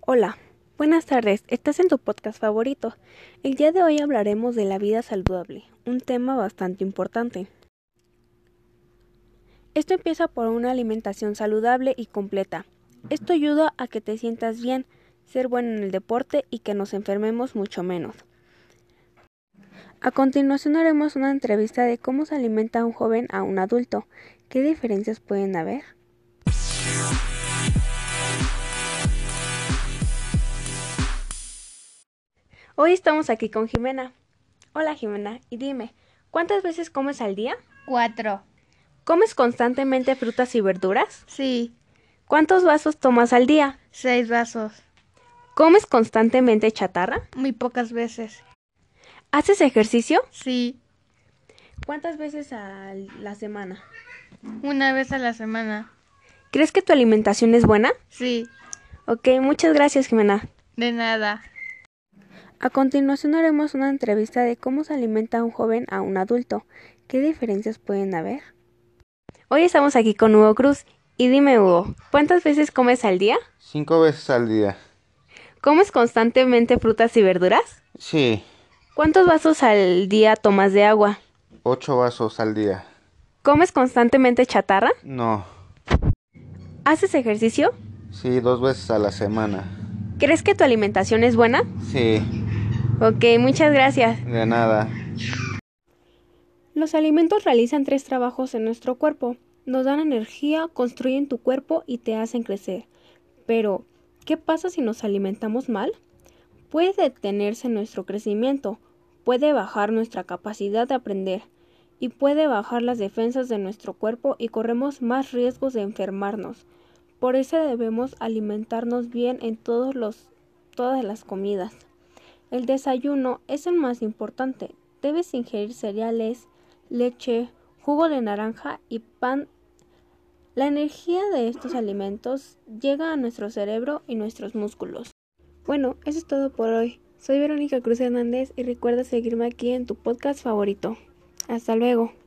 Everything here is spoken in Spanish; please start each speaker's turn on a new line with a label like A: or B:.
A: Hola, buenas tardes, estás en tu podcast favorito. El día de hoy hablaremos de la vida saludable, un tema bastante importante. Esto empieza por una alimentación saludable y completa. Esto ayuda a que te sientas bien, ser bueno en el deporte y que nos enfermemos mucho menos. A continuación haremos una entrevista de cómo se alimenta un joven a un adulto. ¿Qué diferencias pueden haber? Hoy estamos aquí con Jimena. Hola Jimena, y dime, ¿cuántas veces comes al día?
B: Cuatro.
A: ¿Comes constantemente frutas y verduras?
B: Sí,
A: ¿Cuántos vasos tomas al día?
B: seis vasos.
A: ¿Comes constantemente chatarra?
B: Muy pocas veces.
A: ¿Haces ejercicio?
B: Sí,
A: ¿Cuántas veces a la semana?
B: una vez a la semana.
A: ¿Crees que tu alimentación es buena?
B: Sí,
A: Ok, muchas gracias Jimena.
B: de nada.
A: A continuación haremos una entrevista de cómo se alimenta un joven a un adulto. ¿Qué diferencias pueden haber? Hoy estamos aquí con Hugo Cruz. Y dime Hugo, ¿cuántas veces comes al día?
C: Cinco veces al día.
A: ¿Comes constantemente frutas y verduras?
C: Sí,
A: ¿Cuántos vasos al día tomas de agua?
C: ocho vasos al día.
A: ¿Comes constantemente chatarra?
C: No,
A: ¿Haces ejercicio?
C: sí, dos veces a la semana.
A: ¿Crees que tu alimentación es buena?
C: Sí,
A: Ok, muchas gracias.
C: de nada.
A: Los alimentos realizan tres trabajos en nuestro cuerpo. Nos dan energía, construyen tu cuerpo y te hacen crecer. Pero, ¿qué pasa si nos alimentamos mal? Puede detenerse nuestro crecimiento, puede bajar nuestra capacidad de aprender y puede bajar las defensas de nuestro cuerpo y corremos más riesgos de enfermarnos. Por eso debemos alimentarnos bien en todos los, todas las comidas. El desayuno es el más importante. Debes ingerir cereales, leche, jugo de naranja y pan. La energía de estos alimentos llega a nuestro cerebro y nuestros músculos. Bueno, eso es todo por hoy. Soy Verónica Cruz Hernández y recuerda seguirme aquí en tu podcast favorito. Hasta luego.